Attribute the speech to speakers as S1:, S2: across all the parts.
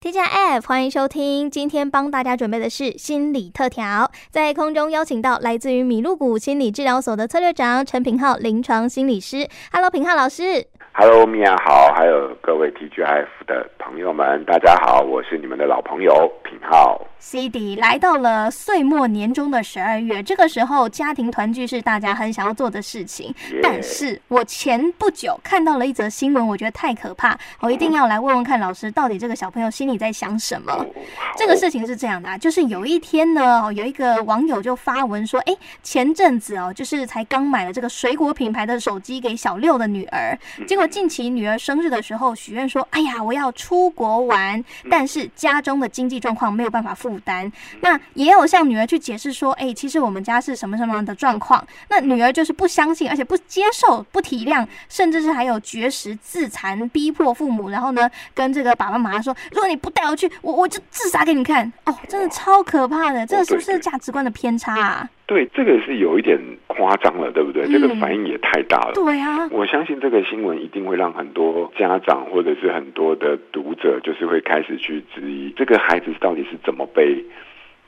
S1: T 加 F，欢迎收听。今天帮大家准备的是心理特调，在空中邀请到来自于米露谷心理治疗所的策略长陈品浩临床心理师。Hello，品浩老师。
S2: Hello，米娅好，还有各位 TGF 的朋友们，大家好，我是你们的老朋友品浩。
S1: C D 来到了岁末年终的十二月，这个时候家庭团聚是大家很想要做的事情。
S2: 耶
S1: 但是我前不久看到了一则新闻，我觉得太可怕，我一定要来问问看老师，到底这个小朋友心里在想什么？
S2: 哦好
S1: 啊这个事情是这样的、啊，就是有一天呢，哦有一个网友就发文说，哎，前阵子哦，就是才刚买了这个水果品牌的手机给小六的女儿，结果近期女儿生日的时候许愿说，哎呀，我要出国玩，但是家中的经济状况没有办法负担。那也有向女儿去解释说，哎，其实我们家是什么什么的状况，那女儿就是不相信，而且不接受、不体谅，甚至是还有绝食、自残、逼迫父母，然后呢，跟这个爸爸妈妈说，如果你不带我去，我我就自杀给你看。哦，真的超可怕的，这个是不是价值观的偏差啊？
S2: 对这个是有一点夸张了，对不对？
S1: 嗯
S2: 这个反应也太大了。
S1: 对啊，
S2: 我相信这个新闻一定会让很多家长或者是很多的读者，就是会开始去质疑这个孩子到底是怎么被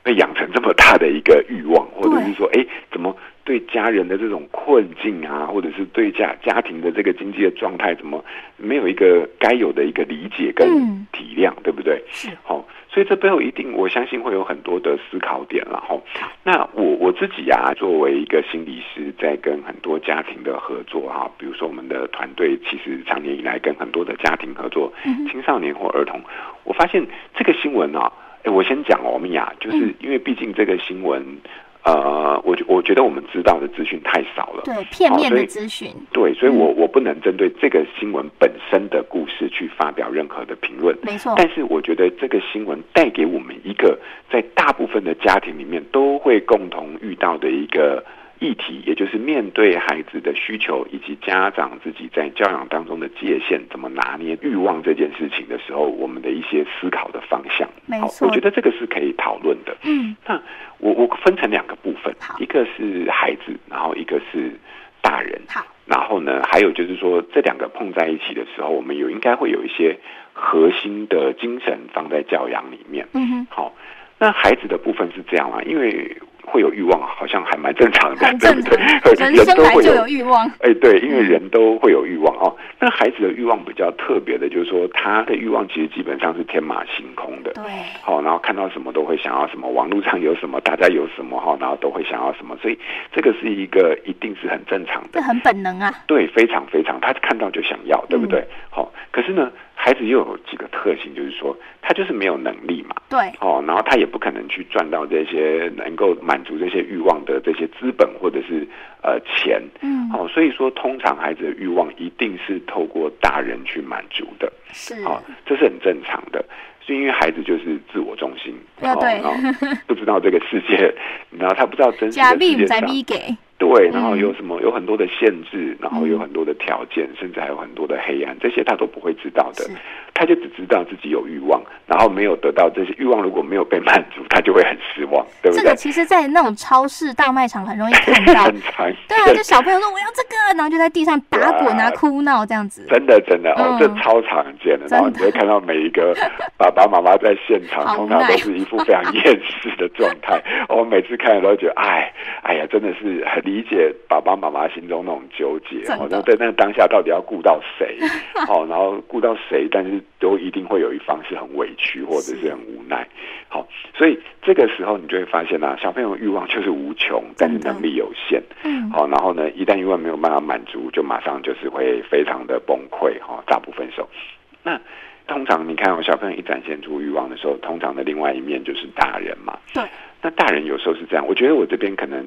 S2: 被养成这么大的一个欲望，或者是说，哎，怎么对家人的这种困境啊，或者是对家家庭的这个经济的状态，怎么没有一个该有的一个理解跟
S1: 嗯
S2: 体谅，对不对？
S1: 是
S2: 好、所以这背后一定，我相信会有很多的思考点了哈、那我我自己啊，作为一个心理师，在跟很多家庭的合作哈、比如说我们的团队其实长年以来跟很多的家庭合作，
S1: 嗯哼
S2: 青少年或儿童，我发现这个新闻啊，哎，我先讲哦，米娅，就是
S1: 嗯
S2: 因为毕竟这个新闻，呃，我觉我觉得我们知道的资讯太少了，
S1: 对嗯片面
S2: 好所
S1: 的
S2: 以
S1: 资讯，
S2: 对，所以我我不能针对这个新闻本身的故事去发表任何的评论。
S1: 没错，
S2: 但是我觉得这个新闻带给我们一个在大部分的家庭里面都会共同遇到的一个议题，也就是面对孩子的需求以及家长自己在教养当中的界限怎么拿捏欲望这件事情的时候，我们的一些思考的方向。
S1: 没
S2: 好，
S1: 错
S2: 我觉得这个是可以讨论的。
S1: 嗯，
S2: 那我我分成两个部分
S1: 好，
S2: 一个是孩子，然后一个是大人。
S1: 好，
S2: 然后呢，还有就是说，这两个碰在一起的时候，我们有应该会有一些核心的精神放在教养里面。
S1: 嗯哼，
S2: 好，那孩子的部分是这样啊，因为会有欲望，好像还蛮正常的，
S1: 很正常
S2: 对不，对？
S1: 人生
S2: 都
S1: 来
S2: 会
S1: 就有欲望，嗯
S2: 哎，对，因为人都会有欲望哦。那孩子的欲望比较特别的，就是说他的欲望其实基本上是天马行空的。
S1: 对，
S2: 好，然后看到什么都会想要什么，网络上有什么，大家有什么哈，然后都会想要什么，所以这个是一个一定是很正常的
S1: 这，很本能啊，
S2: 对，非常非常，他看到就想要，对不
S1: 嗯
S2: 对？好、可是呢，孩子又有几个特性，就是说他就是没有能力嘛，
S1: 对，
S2: 哦，然后他也不可能去赚到这些能够满足这些欲望的这些资本或者是呃钱，
S1: 嗯，
S2: 哦，所以说通常孩子的欲望一定是透过大人去满足的。
S1: 是，
S2: 哦，这是很正常的，是因为孩子就是自我中心，
S1: 啊
S2: 哦
S1: 对
S2: 然后不知道这个世界，然后他不知道真 实
S1: 假
S2: 的世
S1: 币
S2: 界
S1: 啊不在
S2: 上，
S1: 逼给，
S2: 对，然后
S1: 嗯
S2: 有什么有很多的限制，然后有
S1: 嗯
S2: 很多的条件，甚至还有很多的黑暗，这些他都不会知道的
S1: 是，
S2: 他就只知道自己有欲望，然后没有得到这些欲望，如果没有被满足，他就会很失望，对不
S1: 这
S2: 对
S1: 个？其实，在那种超市、大卖场很容易看 到，
S2: 很常
S1: 对啊，就小朋友说我要这个，然后就在地上打滚啊、
S2: 对啊
S1: 哭闹这样子。
S2: 真的真的哦
S1: 嗯，
S2: 这超常见的，然后你
S1: 真的
S2: 就会看到每一 个爸爸妈妈在现场，
S1: 好无
S2: 通
S1: 奈
S2: 常都是一副 非常厌世的状态。我每次看了都会觉得，哎，哎呀，真的是很理解爸爸妈妈心中那种纠结
S1: 真的
S2: 哦。那在那当下到底要顾到谁？ 哦，然后顾到谁？但是都一定会有一方是很委屈或者是很无奈。好，所以这个时候你就会发现啊，小朋友欲望就是无穷，但是
S1: 真的
S2: 能力有限。
S1: 嗯，
S2: 好、然后呢，一旦欲望没有办法满足，就马上就是会非常的崩溃，哈、大大部分手。那通常你看、哦，小朋友一展现出欲望的时候，通常的另外一面就是大人嘛。
S1: 对，
S2: 那大人有时候是这样，我觉得我这边可能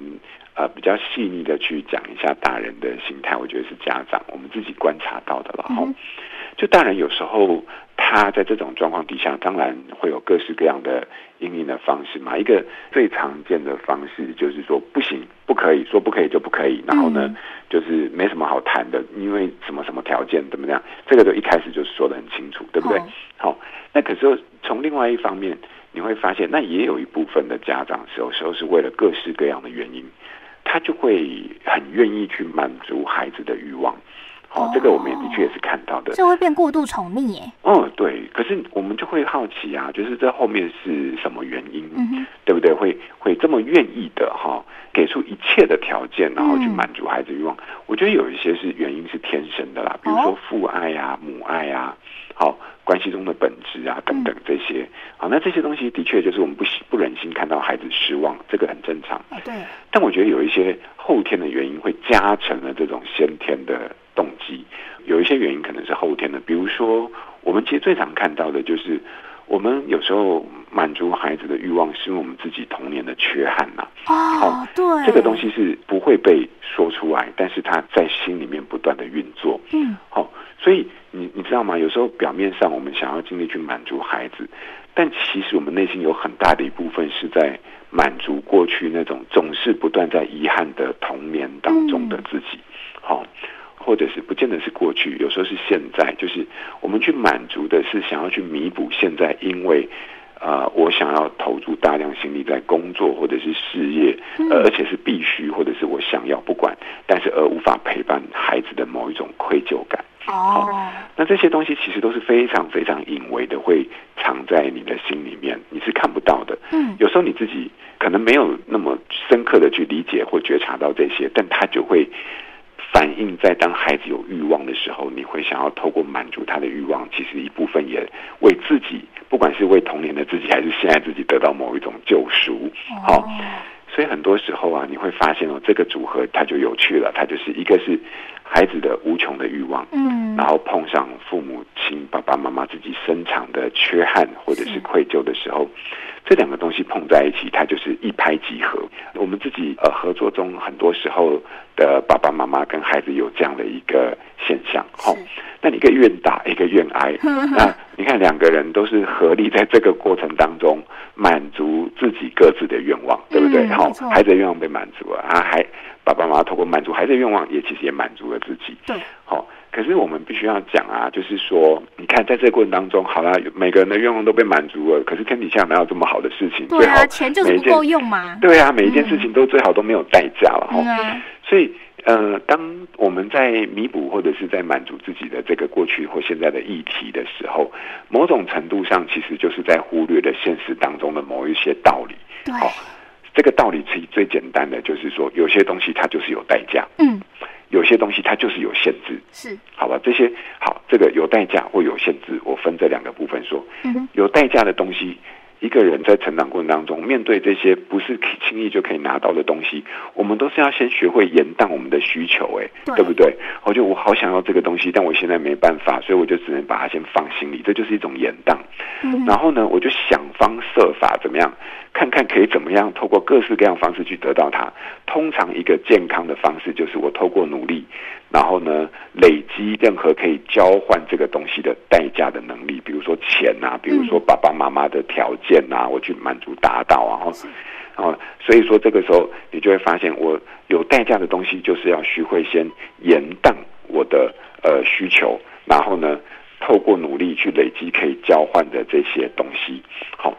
S2: 呃比较细腻的去讲一下大人的心态，我觉得是家长我们自己观察到的了哈、
S1: 嗯
S2: 就大人有时候他在这种状况底下，当然会有各式各样的应应的方式嘛。一个最常见的方式就是说不行，不可以，说不可以就不可以，然后呢、
S1: 嗯
S2: 就是没什么好谈的，因为什么什么条件怎么样，这个都一开始就说的很清楚，对不对？
S1: 哦
S2: 好，那可是从另外一方面，你会发现，那也有一部分的家长是有时候是为了各式各样的原因，他就会很愿意去满足孩子的欲望。好、
S1: 哦嗯
S2: 这个我们也的确也是看到的。
S1: 这会变过度宠溺耶。
S2: 嗯，对。可是我们就会好奇啊，就是这后面是什么原因，
S1: 嗯哼，
S2: 对不对？会会这么愿意的哈、给出一切的条件，然后去
S1: 嗯
S2: 满足孩子欲望。我觉得有一些是原因是天生的啦，比如说
S1: 哦
S2: 父爱啊、母爱啊，好、关系中的本质
S1: 嗯
S2: 啊等等这些。好、那这些东西的确就是我们不喜不忍心看到孩子失望，这个很正常。
S1: 哦对，
S2: 但我觉得有一些后天的原因会加成了这种先天的动机，有一些原因可能是后天的，比如说我们其实最常看到的就是，我们有时候满足孩子的欲望是因为我们自己童年的缺憾呐、
S1: 哦
S2: 好
S1: 对，
S2: 这个东，西是不会被说出来，但是他在心里面不断的运作。
S1: 嗯，
S2: 好、所以你你知道吗？有时候表面上我们想要尽力去满足孩子，但其实我们内心有很大的一部分是在满足过去那种总是不断在遗憾的童年当中的自己。好、或者是不见得是过去，有时候是现在，就是我们去满足的是想要去弥补现在，因为。啊、我想要投注大量心力在工作或者是事业，
S1: 嗯
S2: 呃而且是必须或者是我想要不管，但是而无法陪伴孩子的某一种愧疚感。
S1: 哦，
S2: 那这些东西其实都是非常非常隐微的，会藏在你的心里面，你是看不到的。
S1: 嗯，
S2: 有时候你自己可能没有那么深刻的去理解或觉察到这些，但它就会反映在当孩子有欲望的时候，你会想要透过满足他的欲望，其实一部分也为自己，不管是为童年的自己，还是现在自己得到某一种救赎。好
S1: 哦，
S2: 所以很多时候啊，你会发现哦，这个组合它就有趣了，它就是一个是孩子的无穷的欲望。
S1: 嗯，
S2: 然后碰上父母亲、爸爸妈妈自己生长的缺憾或者
S1: 是
S2: 是愧疚的时候，这两个东西碰在一起，它就是一拍即合。我们自己呃合作中，很多时候的爸爸妈妈跟孩子有这样的一个现象，吼、
S1: 是
S2: 那你一个愿打，一个愿挨，那你看两个人都是合力在这个过程当中满足自己各自的愿望，对不对？
S1: 嗯
S2: 好、
S1: 没错
S2: 孩子的愿望被满足了啊，还爸爸妈妈透过满足孩子的愿望，也其实也满足了自己。
S1: 对，嗯
S2: 好、可是我们必须要讲啊，就是说，你看在这个过程当中，好啦，每个人的愿望都被满足了，可是天底下哪有这么好的事情？
S1: 对
S2: 最好
S1: 啊，钱就是
S2: 每
S1: 不
S2: 一件
S1: 够用嘛，
S2: 对啊，每一件事情都最好都没有代价了哈、
S1: 嗯啊，
S2: 所以，呃，当我们在弥补或者是在满足自己的这个过去或现在的议题的时候，某种程度上其实就是在忽略了现实当中的某一些道理。
S1: 对，
S2: 好这个道理其实最简单的就是说，有些东西它就是有代价，
S1: 嗯，
S2: 有些东西它就是有限制。
S1: 是，
S2: 好吧，这些好，这个有代价或有限制，我分这两个部分说。
S1: 嗯哼，
S2: 有代价的东西，一个人在成长过程当中，面对这些不是轻易就可以拿到的东西，我们都是要先学会延宕我们的需求、欸，
S1: 对
S2: 对不对？我就我好想要这个东西，但我现在没办法，所以我就只能把它先放心里，这就是一种延宕。
S1: 嗯哼，
S2: 然后呢，我就想方设法怎么样，看看可以怎么样，透过各式各样的方式去得到它。通常一个健康的方式就是我透过努力，然后呢累积任何可以交换这个东西的代价的能力，比如说钱啊，比如说爸爸妈妈的条件啊，我去满足达到啊，然后
S1: 是。
S2: 哦，所以说这个时候你就会发现，我有代价的东西就是要学会先延宕我的呃需求，然后呢，透过努力去累积可以交换的这些东西。好、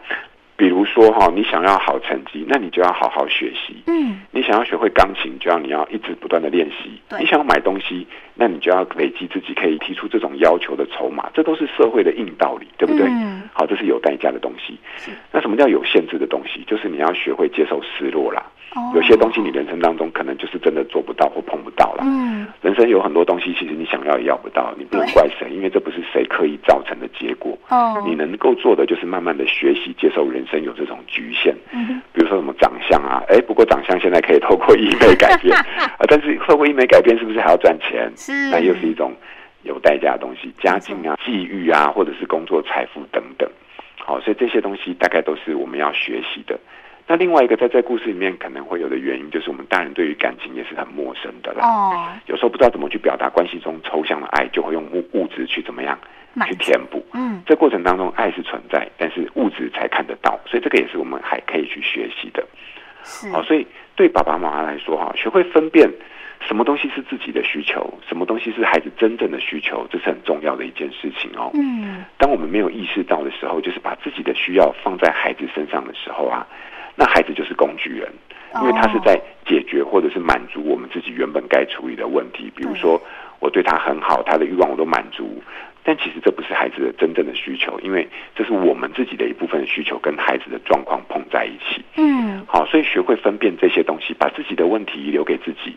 S2: 比如说哈、你想要好成绩，那你就要好好学习。
S1: 嗯，
S2: 你想要学会钢琴，就要你要一直不断的练习
S1: 对；
S2: 你想要买东西，那你就要累积自己可以提出这种要求的筹码。这都是社会的硬道理，对不对？
S1: 嗯
S2: 好，这是有代价的东西
S1: 是。
S2: 那什么叫有限制的东西？就是你要学会接受失落啦。
S1: 哦，
S2: 有些东西你人生当中可能就是真的做不到或碰不到啦。
S1: 嗯，
S2: 人生有很多东西，其实你想要也要不到，你不能
S1: 对
S2: 怪谁，因为这不是谁刻意造成的结果。
S1: 哦，
S2: 你能够做的就是慢慢的学习，接受人生有这种局限。
S1: 嗯哼，
S2: 比如说什么长相啊，哎，不过长相现在可以透过医美 改变啊，但是透过医美改变是不是还要赚钱？
S1: 是，
S2: 那又是一种有代价的东西，家境啊、际遇啊，或者是工作、财富等等。好，所以这些东西大概都是我们要学习的。那另外一个在这故事里面可能会有的原因，就是我们大人对于感情也是很陌生的啦。
S1: 哦，
S2: 有时候不知道怎么去表达关系中抽象的爱，就会用物物质去怎么样
S1: 满
S2: 去
S1: 足
S2: 填补。
S1: 嗯，
S2: 这过程当中，爱是存在，但是物质才看得到，所以这个也是我们还可以去学习的。
S1: 是，
S2: 好，所以对爸爸妈妈来说，哈，学会分辨什么东西是自己的需求，什么东西是孩子真正的需求，这是很重要的一件事情哦。
S1: 嗯，
S2: 当我们没有意识到的时候，就是把自己的需要放在孩子身上的时候啊，那孩子就是工具人，因为他是在解决或者是满足我们自己原本该处理的问题，比如说。我对他很好，他的欲望我都满足。但其实这不是孩子的真正的需求，因为这是我们自己的一部分需求跟孩子的状况碰在一起。
S1: 嗯，
S2: 好，所以学会分辨这些东西，把自己的问题留给自己。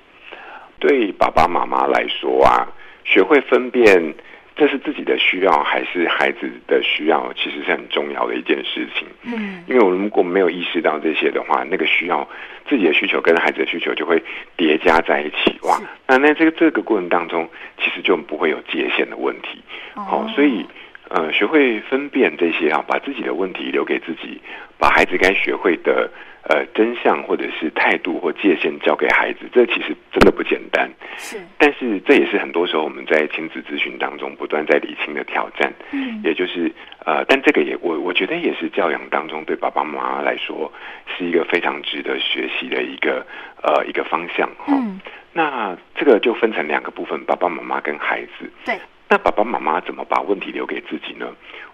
S2: 对爸爸妈妈来说啊，学会分辨这是自己的需要还是孩子的需要，其实是很重要的一件事情。
S1: 嗯，
S2: 因为我们如果没有意识到这些的话，那个需要自己的需求跟孩子的需求就会叠加在一起哇
S1: 是。
S2: 那那这个这个过程当中，其实就不会有界限的问题。好、
S1: 哦
S2: 所以呃，学会分辨这些啊，把自己的问题留给自己，把孩子该学会的呃真相或者是态度或界限交给孩子，这其实真的不简单。
S1: 是，
S2: 但是这也是很多时候我们在亲子咨询当中不断在理清的挑战，
S1: 嗯，
S2: 也就是呃，但这个也我我觉得也是教养当中对爸爸妈妈来说是一个非常值得学习的一个呃一个方向哈、哦
S1: 嗯，
S2: 那这个就分成两个部分，爸爸妈妈跟孩子。
S1: 对，
S2: 那爸爸妈妈怎么把问题留给自己呢？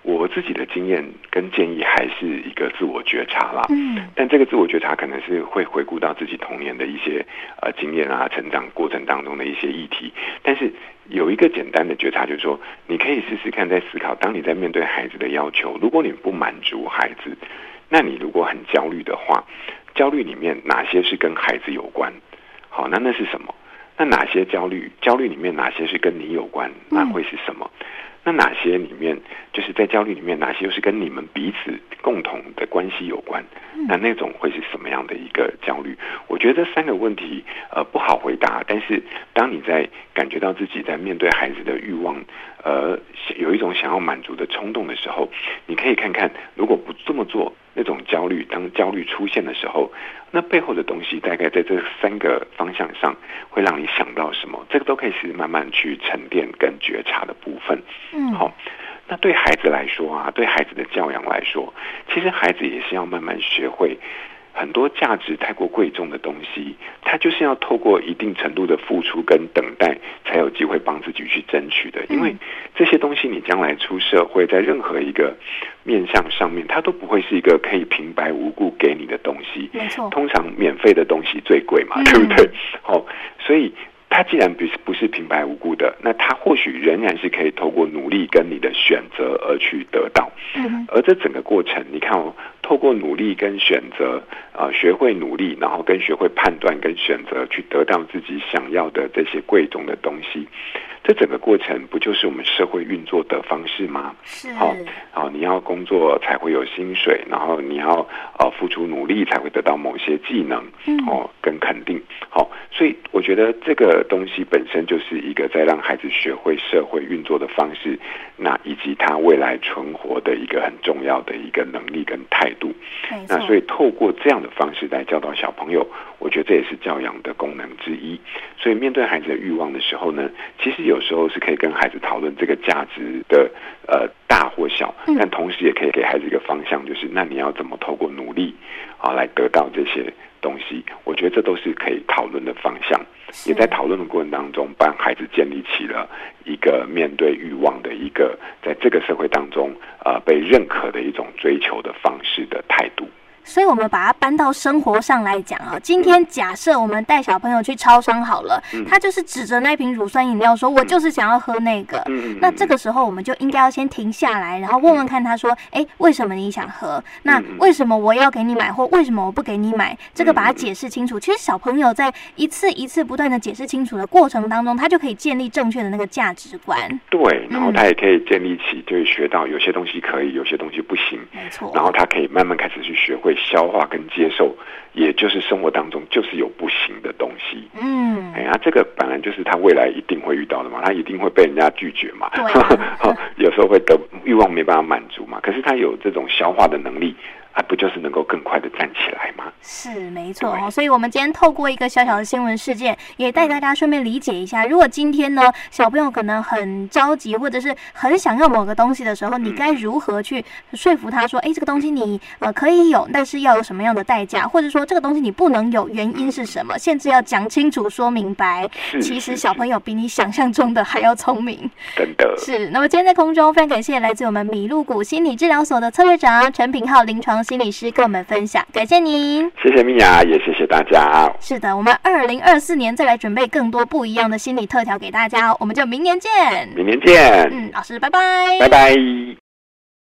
S2: 我自己的经验跟建议还是一个自我觉察啦。
S1: 嗯，
S2: 但这个自我觉察可能是会回顾到自己童年的一些呃经验啊，成长过程当中的一些议题。但是有一个简单的觉察，就是说，你可以试试看，在思考，当你在面对孩子的要求，如果你不满足孩子，那你如果很焦虑的话，焦虑里面哪些是跟孩子有关？好，那那是什么？那哪些焦虑？焦虑里面哪些是跟你有关？那会是什么？那哪些里面就是在焦虑里面，哪些又是跟你们彼此共同的关系有关？那那种会是什么样的一个焦虑？我觉得这三个问题呃不好回答，但是当你在感觉到自己在面对孩子的欲望，呃有一种想要满足的冲动的时候，你可以看看如果不这么做，那种焦虑当焦虑出现的时候，那背后的东西大概在这三个方向上会让你想到什么？这个都可以是慢慢去沉淀跟觉察的部分。
S1: 嗯，
S2: 好、那对孩子来说啊，对孩子的教养来说，其实孩子也是要慢慢学会。很多价值太过贵重的东西，他就是要透过一定程度的付出跟等待，才有机会帮自己去争取的。因为这些东西，你将来出社会，在任何一个面向上面，它都不会是一个可以平白无故给你的东西。
S1: 没错，
S2: 通常免费的东西最贵嘛，
S1: 哦嗯
S2: 对不对？ 哦，所以它既然不是不是平白无故的，那它或许仍然是可以透过努力跟你的选择而去得到。
S1: 嗯，
S2: 而这整个过程，你看哦，透过努力跟选择，呃，学会努力，然后跟学会判断跟选择，去得到自己想要的这些贵重的东西。这整个过程不就是我们社会运作的方式吗？
S1: 是，
S2: 好啊，你要工作才会有薪水，然后你要呃付出努力才会得到某些技能
S1: 嗯
S2: 哦，跟肯定。好、所以我觉得这个东西本身就是一个在让孩子学会社会运作的方式，那以及他未来存活的一个很重要的一个能力跟态度。
S1: 没错
S2: 那，所以透过这样的方式来教导小朋友，我觉得这也是教养的功能之一。所以面对孩子的欲望的时候呢，其实有时候是可以跟孩子讨论这个价值的呃大或小
S1: 嗯，
S2: 但同时也可以给孩子一个方向，就是那你要怎么透过努力啊来得到这些东西？我觉得这都是可以讨论的方向。也在
S1: 是
S2: 讨论的过程当中，帮孩子建立起了一个面对欲望的一个在这个社会当中呃被认可的一种追求的方式的态度。
S1: 所以我们把它搬到生活上来讲啊。
S2: 嗯
S1: 今天假设我们带小朋友去超商好了，他就是指着那瓶乳酸饮料说：“我就是想要喝那个。”
S2: 嗯嗯
S1: 那这个时候我们就应该要先停下来，然后问问看他说：“诶，为什么你想喝？那为什么我要给你买，或为什么我不给你买？”这个把它解释清楚。其实小朋友在一次一次不断的解释清楚的过程当中，他就可以建立正确的那个价值观。
S2: 对，然后
S1: 嗯
S2: 他也可以建立起，就是学到有些东西可以，有些东西不行，
S1: 没错，
S2: 然后他可以慢慢开始去学会消化跟接受，也就是生活当中就是有不行的东西。
S1: 嗯
S2: 哎，，啊，这个本来就是他未来一定会遇到的嘛，他一定会被人家拒绝 嘛，
S1: 对啊
S2: 哦有时候会得欲望没办法满足嘛，可是他有这种消化的能力，啊，不就是能够更快的站起来吗？
S1: 是没错哦，
S2: 对
S1: 所以我们今天透过一个小小的新闻事件，也带大家顺便理解一下，如果今天呢小朋友可能很着急，或者是很想要某个东西的时候，
S2: 嗯
S1: 你该如何去说服他说，哎，这个东西你呃可以有，但是要有什么样的代价，或者说这个东西你不能有，原因是什么，甚至要讲清楚说明白。
S2: 是，
S1: 其实
S2: 是
S1: 小朋友比你想象中的还要聪明。
S2: 是真的，
S1: 是，那么今天在空中非常感谢来自我们米露谷心理治疗所的策略长陈品浩临床龙心理师跟我们分享，感谢您。
S2: 谢谢米娅，也谢谢大家。
S1: 是的，我们二零二四年再来准备更多不一样的心理特调给大家哦，我们就明年见。
S2: 明年见，
S1: 嗯，老师，拜拜。
S2: 拜拜。